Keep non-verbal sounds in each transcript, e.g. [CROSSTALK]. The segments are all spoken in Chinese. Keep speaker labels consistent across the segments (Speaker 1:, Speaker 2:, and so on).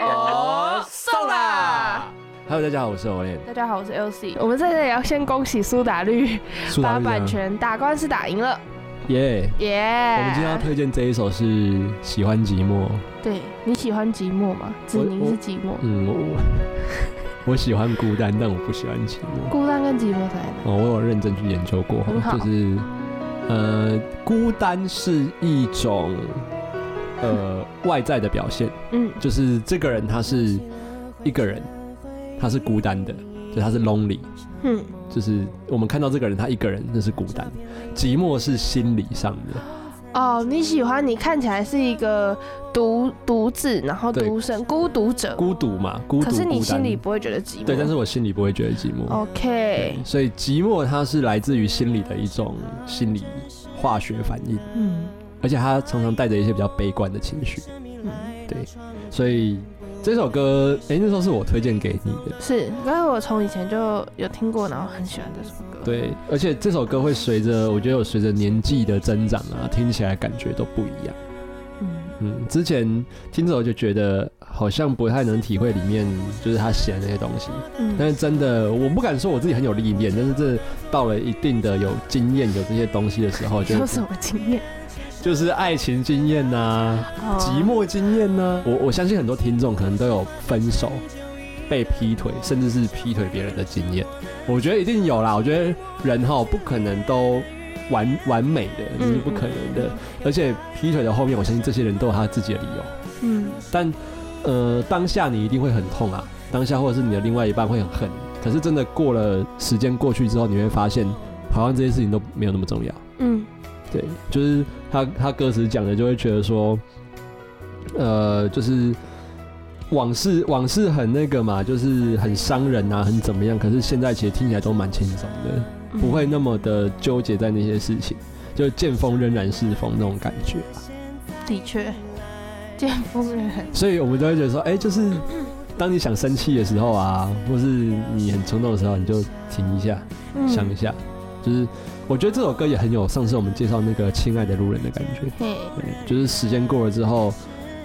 Speaker 1: 哦
Speaker 2: 哦
Speaker 1: Hello，大家好，我是 Olen。
Speaker 2: 大家好，我是 LC。我们在这里要先恭喜苏打绿
Speaker 1: 苏打
Speaker 2: 把
Speaker 1: 绿
Speaker 2: 版
Speaker 1: 啊
Speaker 2: 权哎打官司打赢了，
Speaker 1: 耶
Speaker 2: 耶、
Speaker 1: 我们今天要推荐这一首是《喜欢寂寞》。
Speaker 2: 对你喜欢寂寞吗？子宁是寂寞，
Speaker 1: 嗯，我 [LAUGHS] 我喜欢孤单，但我不喜欢寂寞。
Speaker 2: 孤单跟寂寞在哪？
Speaker 1: 哦，我有认真去研究过
Speaker 2: 很，好
Speaker 1: 就是呃，孤单是一种
Speaker 2: [LAUGHS]
Speaker 1: 呃外在的表现，
Speaker 2: 嗯
Speaker 1: 就是这个人他是一个人，他是孤单的，就他是 lonely，
Speaker 2: 嗯哼，
Speaker 1: 就是我们看到这个人他一个人那是孤单，寂寞是心理上的。
Speaker 2: 哦，你喜欢你看起来是一个独独自，然后
Speaker 1: 对
Speaker 2: 独身孤独者，
Speaker 1: 孤独嘛，孤独。
Speaker 2: 可是你
Speaker 1: 孤单
Speaker 2: 心里不会哦觉得寂寞。
Speaker 1: 对，但是我心里不会觉得寂寞。对
Speaker 2: OK，，
Speaker 1: 所以寂寞它是来自于心理的一种心理化学反应，
Speaker 2: 嗯
Speaker 1: 而且它常常带着一些比较悲观的情绪。
Speaker 2: 嗯，
Speaker 1: 所以这首歌，哎、那时候是我推荐给你的。
Speaker 2: 是，因为我从以前就有听过，然后很喜欢这首歌。，
Speaker 1: 对，而且这首歌会随着，我觉得有随着年纪的增长啊，听起来感觉都不一样。
Speaker 2: 嗯
Speaker 1: 嗯，之前听着我就觉得好像不太能体会里面就是他写的那些东西，但
Speaker 2: 嗯，
Speaker 1: 是真的，我不敢说我自己很有历练，但是这到了一定的有经验、有这些东西的时候，就
Speaker 2: 有什么经验？
Speaker 1: 就是爱情经验呐、啊
Speaker 2: 哦
Speaker 1: 寂寞经验呐、我我相信很多听众可能都有分手、被劈腿，甚至是劈腿别人的经验。我觉得一定有啦。我觉得人哈不可能都完完美的，这是不可能
Speaker 2: 嗯
Speaker 1: 的。而且劈腿的后面，我相信这些人都有他自己的理由。
Speaker 2: 嗯
Speaker 1: 但呃，当下你一定会很痛啊，当下或者是你的另外一半会很恨你。可是真的过了时间过去之后，你会发现，好像这些事情都没有那么重要。
Speaker 2: 嗯
Speaker 1: 对，就是他他歌词讲的，就会觉得说，呃，就是往事往事很那个嘛，就是很伤人啊，很怎么样。可是现在其实听起来都蛮轻松的，
Speaker 2: 嗯，
Speaker 1: 不会那么的纠结在那些事情，就见风仍然是风那种感觉吧。
Speaker 2: 的确，见风人很
Speaker 1: 所以我们都会觉得说，哎、就是当你想生气的时候啊，或是你很冲动的时候，你就停一下，
Speaker 2: 嗯
Speaker 1: 想一下。就是我觉得这首歌也很有上次我们介绍那个《亲爱的路人》的感觉。
Speaker 2: 嘿，
Speaker 1: 对，就是时间过了之后，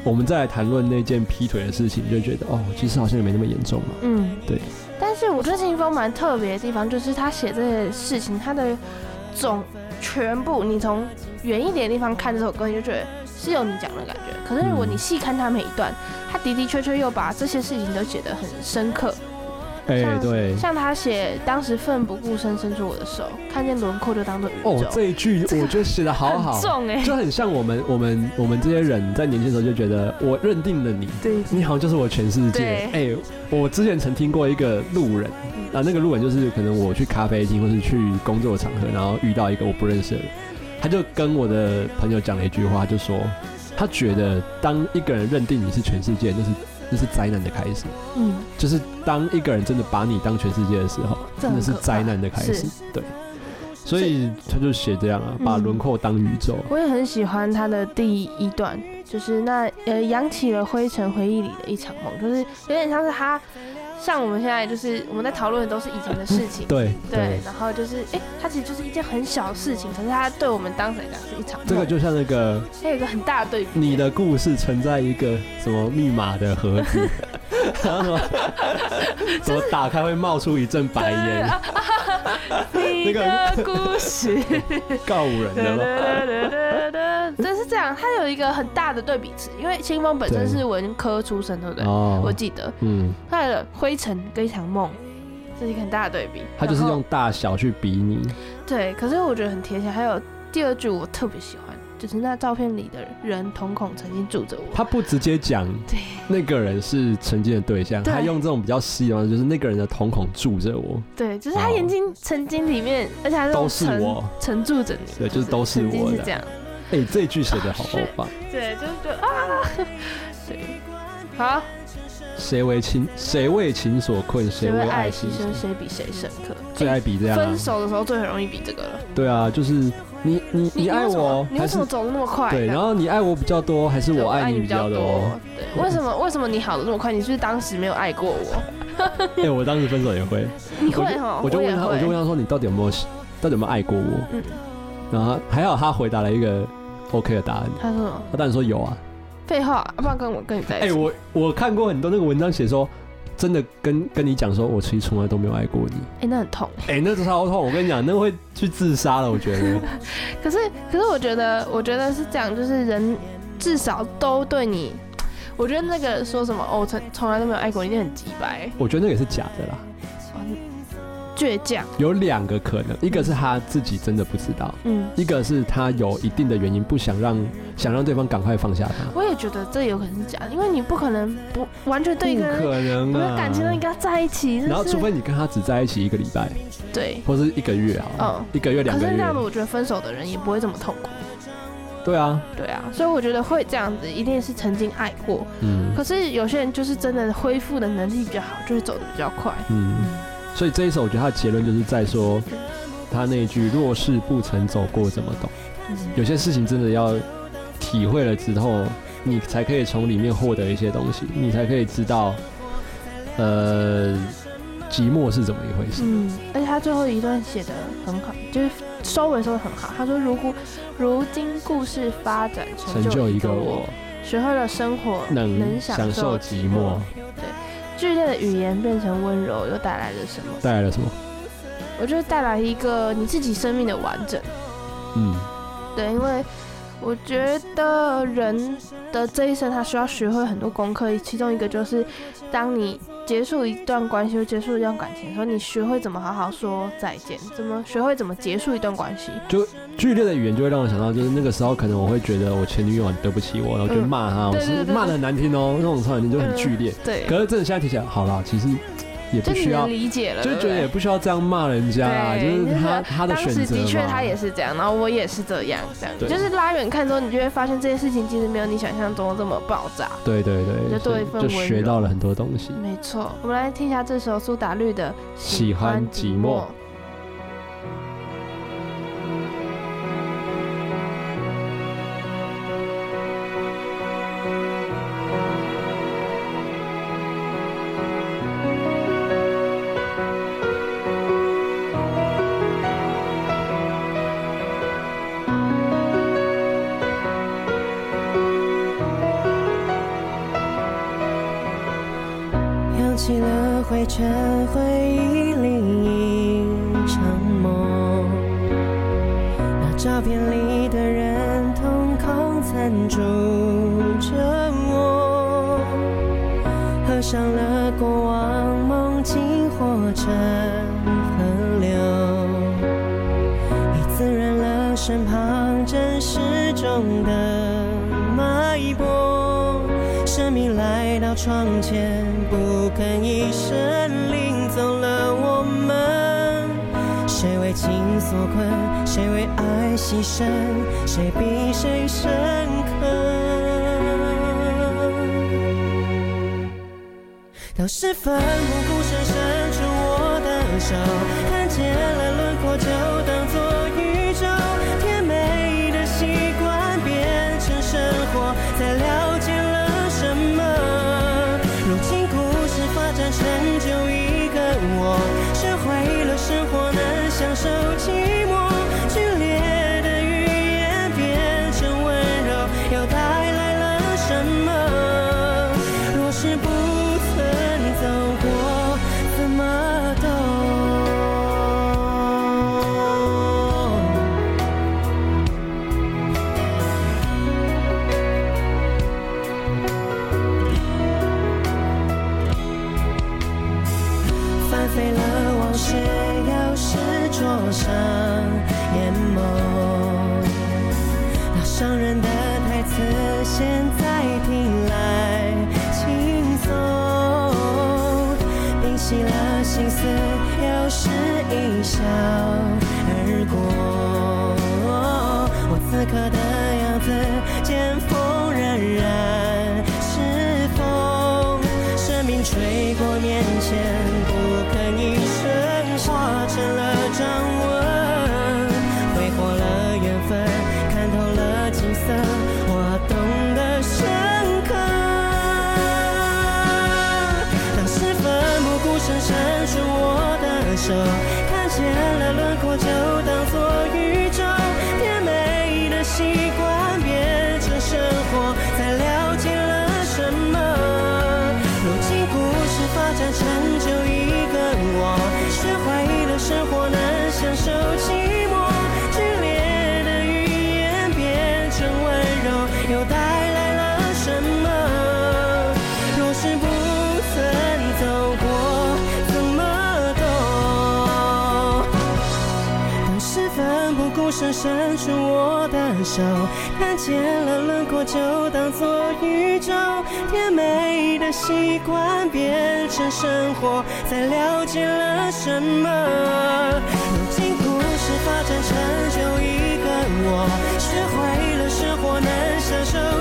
Speaker 1: 我们再来谈论那件劈腿的事情，就觉得哦，其实好像也没那么严重嘛。
Speaker 2: 嗯，
Speaker 1: 对。
Speaker 2: 但是我觉得信封蛮特别的地方，就是他写这些事情，他的总全部，你从远一点的地方看这首歌，你就觉得是有你讲的感觉。可是如果你
Speaker 1: 嗯
Speaker 2: 细看他每一段，他的的确确又把这些事情都写得很深刻。
Speaker 1: 哎、
Speaker 2: 像
Speaker 1: 对，
Speaker 2: 像他写当时奋不顾身伸出我的手，看见轮廓就当做宇
Speaker 1: 哦
Speaker 2: 宙，，
Speaker 1: 这一句
Speaker 2: 这个
Speaker 1: 我觉得写的好好
Speaker 2: 很，重哎、
Speaker 1: [LAUGHS] 就很像我们我们我们这些人在年轻的时候就觉得我认定了你，
Speaker 2: 对
Speaker 1: 你好像就是我全世界。哎、我之前曾听过一个路人
Speaker 2: 嗯
Speaker 1: 啊，那个路人就是可能我去咖啡厅或是去工作场合，然后遇到一个我不认识的人，他就跟我的朋友讲了一句话，就说他觉得当一个人认定你是全世界，那是那是灾难的开始。
Speaker 2: 嗯，
Speaker 1: 就是当一个人真的把你当全世界的时候，
Speaker 2: 这很
Speaker 1: 那是
Speaker 2: 可怕
Speaker 1: 灾难的开始
Speaker 2: 是。
Speaker 1: 对，所以他就写这样啊，把
Speaker 2: 嗯
Speaker 1: 轮廓当宇宙。啊
Speaker 2: 我也很喜欢他的第一段，就是那呃扬起了灰尘，回忆里的一场梦，就是有点像是他，像我们现在就是我们在讨论的都是以前的事情，
Speaker 1: 对
Speaker 2: 对，，然后就是哎、它其实就是一件很小的事情，可是它对我们当时来讲是一场梦，
Speaker 1: 这个就像那个
Speaker 2: 它有一个很大的对比，
Speaker 1: 你的故事存在一个什么密码的盒
Speaker 2: [LAUGHS]
Speaker 1: 子，然后什么怎么打开会冒出一阵白
Speaker 2: 啊
Speaker 1: 烟，
Speaker 2: 你的故事，
Speaker 1: 告五人的吗？
Speaker 2: 真是这样，它有一个很大的对比词，因为清风本身
Speaker 1: 对
Speaker 2: 是文科出身，对不对？我
Speaker 1: 哦，
Speaker 2: 记得，
Speaker 1: 嗯，
Speaker 2: 他的灰尘跟一场梦，这是一个很大的对比。
Speaker 1: 他就是
Speaker 2: 然后
Speaker 1: 用大小去比拟，
Speaker 2: 对，可是我觉得很贴切。还有第二句我特别喜欢，就是那照片里的人瞳孔曾经住着我。
Speaker 1: 他不直接讲
Speaker 2: 对
Speaker 1: 那个人是曾经的对象，
Speaker 2: 对
Speaker 1: 他用这种比较细的方式，就是那个人的瞳孔住着我，
Speaker 2: 对，就是他
Speaker 1: 哦
Speaker 2: 眼睛曾经里面，而且还
Speaker 1: 都
Speaker 2: 用
Speaker 1: 是
Speaker 2: 沉
Speaker 1: 我。
Speaker 2: 沉住着你。
Speaker 1: 对就是都是
Speaker 2: 曾经
Speaker 1: 我
Speaker 2: 是
Speaker 1: 的
Speaker 2: 这样。
Speaker 1: 哎，这一句写的好
Speaker 2: 是
Speaker 1: 棒，
Speaker 2: 对，就是觉得啊，对，好，
Speaker 1: 谁为情谁为情所困，谁
Speaker 2: 谁为
Speaker 1: 为
Speaker 2: 爱
Speaker 1: 爱
Speaker 2: 牺
Speaker 1: 牺牲
Speaker 2: 牲，，谁比谁深刻。
Speaker 1: 最爱比这样啊
Speaker 2: 分，手的时候最容易比这个了。
Speaker 1: 对啊，就是你你你爱
Speaker 2: 为什么
Speaker 1: 我
Speaker 2: 你
Speaker 1: 还
Speaker 2: 为什
Speaker 1: 是
Speaker 2: 么走的那么快？
Speaker 1: 对，然后你爱我比较多，还是
Speaker 2: 对
Speaker 1: 我
Speaker 2: 我
Speaker 1: 爱
Speaker 2: 你
Speaker 1: 你比较多？
Speaker 2: 多。对，为什么为什么你好的那么快？你是不是当时没有爱过我？
Speaker 1: [LAUGHS] 哎、我当时分手也会，
Speaker 2: 你会哈？
Speaker 1: 我就
Speaker 2: 也
Speaker 1: 问他，我就
Speaker 2: 会
Speaker 1: 问他说，你到底有没有，到底有没有爱过我？
Speaker 2: 嗯，
Speaker 1: 然后还好他回答了一个 OK 的答案，
Speaker 2: 他说什么
Speaker 1: 他当然说有啊。
Speaker 2: 废话，要不然跟我跟你在
Speaker 1: 哎、
Speaker 2: 一起。
Speaker 1: 我我看过很多那个文章写说，真的跟跟你讲说，我其实从来都没有爱过你，
Speaker 2: 哎、那很痛哎、
Speaker 1: 哎、那超痛！我跟你讲，那会去自杀了，我觉得。
Speaker 2: 可是，可是我觉得，我觉得是这样，就是人至少都对你，我觉得那个说什么哦，我从从来都没有爱过你，那很鸡掰，
Speaker 1: 我觉得那个也是假的啦，
Speaker 2: 倔强。
Speaker 1: 有两个可能，一个是他自己真的不知道，
Speaker 2: 嗯，
Speaker 1: 一个是他有一定的原因不想让想让对方赶快放下他。
Speaker 2: 我也觉得这有可能是假的，因为你不可能不完全对一
Speaker 1: 不
Speaker 2: 个人，
Speaker 1: 可能
Speaker 2: 你
Speaker 1: 啊！
Speaker 2: 的感情都跟他在一起，
Speaker 1: 然后，
Speaker 2: 就是
Speaker 1: 除非你跟他只在一起一个礼拜，
Speaker 2: 对，
Speaker 1: 或是一个月啊，
Speaker 2: 嗯。
Speaker 1: 一个月
Speaker 2: 可
Speaker 1: 两
Speaker 2: 是
Speaker 1: 个
Speaker 2: 那样子，
Speaker 1: 月，
Speaker 2: 我觉得分手的人也不会这么痛苦，
Speaker 1: 对啊，
Speaker 2: 对啊，所以我觉得会这样子，一定是曾经爱过。
Speaker 1: 嗯
Speaker 2: 可是有些人就是真的恢复的能力比较好，就是走的比较快。
Speaker 1: 嗯。所以这一首，我觉得他的结论就是在说，他那一句“若是不曾走过，怎么懂”。
Speaker 2: 嗯
Speaker 1: 有些事情真的要体会了之后，你才可以从里面获得一些东西，你才可以知道，呃，寂寞是怎么一回事。
Speaker 2: 嗯，而且他最后一段写的很好，就是收尾收的很好。他说：“如故，如今故事发展成
Speaker 1: 成就
Speaker 2: 就
Speaker 1: 一
Speaker 2: 一
Speaker 1: 个
Speaker 2: 个
Speaker 1: 我
Speaker 2: 我，，学会了生活
Speaker 1: 能享
Speaker 2: 享
Speaker 1: 受寂寞，
Speaker 2: 剧烈的语言变成温柔，又带来了什么？
Speaker 1: 带来了什么？
Speaker 2: 我觉得带来一个你自己生命的完整。
Speaker 1: 嗯，
Speaker 2: 对，因为我觉得人的这一生，他需要学会很多功课，其中一个就是，当你结束一段关系或结束一段感情的时候，你学会怎么好好说再见，怎么学会怎么结束一段关系。
Speaker 1: 剧烈的语言就会让我想到，就是那个时候可能我会觉得我前女友很对不起我，然后我就
Speaker 2: 嗯
Speaker 1: 骂她，我
Speaker 2: 对对
Speaker 1: 是
Speaker 2: 对对嗯
Speaker 1: 骂的很难听哦，那种超难听就很剧烈。
Speaker 2: 对，
Speaker 1: 可是真的现在提起来，好啦，其实也
Speaker 2: 就
Speaker 1: 不
Speaker 2: 你
Speaker 1: 需要
Speaker 2: 能，理解了，
Speaker 1: 就是觉得也
Speaker 2: 对不对
Speaker 1: 不需要这样骂人家啦，就
Speaker 2: 对
Speaker 1: 是
Speaker 2: 就是
Speaker 1: 他他的
Speaker 2: 当
Speaker 1: 选
Speaker 2: 时
Speaker 1: 择
Speaker 2: 的确
Speaker 1: 嘛
Speaker 2: 他也是这样，然后我也是这样，这样
Speaker 1: 对
Speaker 2: 就是拉远看之后，你就会发现这些事情其实没有你想象中的这么爆炸。
Speaker 1: 对对
Speaker 2: 就
Speaker 1: 对，
Speaker 2: 多一
Speaker 1: 所以
Speaker 2: 份
Speaker 1: 就
Speaker 2: 温
Speaker 1: 学
Speaker 2: 柔
Speaker 1: 到了很多东西。
Speaker 2: 没错，我们来听一下这首苏打绿的《
Speaker 1: 喜欢寂寞》。
Speaker 3: 又起了灰尘，回忆里一场梦。那照片里的人，瞳孔残住着我。合上了过往，梦境或成河流。你滋润了身旁真实中的脉搏。生命来到窗前，不肯一声领走了我们。谁为情所困，谁为爱牺牲，谁比谁深刻？都是奋不顾身伸出我的手，看见了轮廓就当作宇宙，甜美的习惯变成生活，才了解了什么。如今故事发展成就一个我，学会了生活能享受寂寞，剧烈的语言变成温柔，又带来了什么？若是不曾走过，怎么懂？翻飞了往事，又是桌上眼眸。那伤人的台词，现在听来轻松。平息了心思，又是一笑而过。我此刻的样子，见风仍然是风。生命吹过面前，不肯一声化成了掌纹，挥霍了缘分，看透了景色，我懂得深刻。当时奋不顾身伸出我的手，看见了轮廓就当作宇宙，甜美的习惯变成生活，才了解了什么。如今故事发着成就一个我，学会了生活难享受寂寞，剧烈的语言变成温柔，又带来了什么？若是不曾走过，怎么懂？当时奋不顾身伸出我的手，看见了轮廓就当作宇宙。甜美的习惯变成生活，才了解了什么。如今故事发展成就一个我，学会了生活难享受。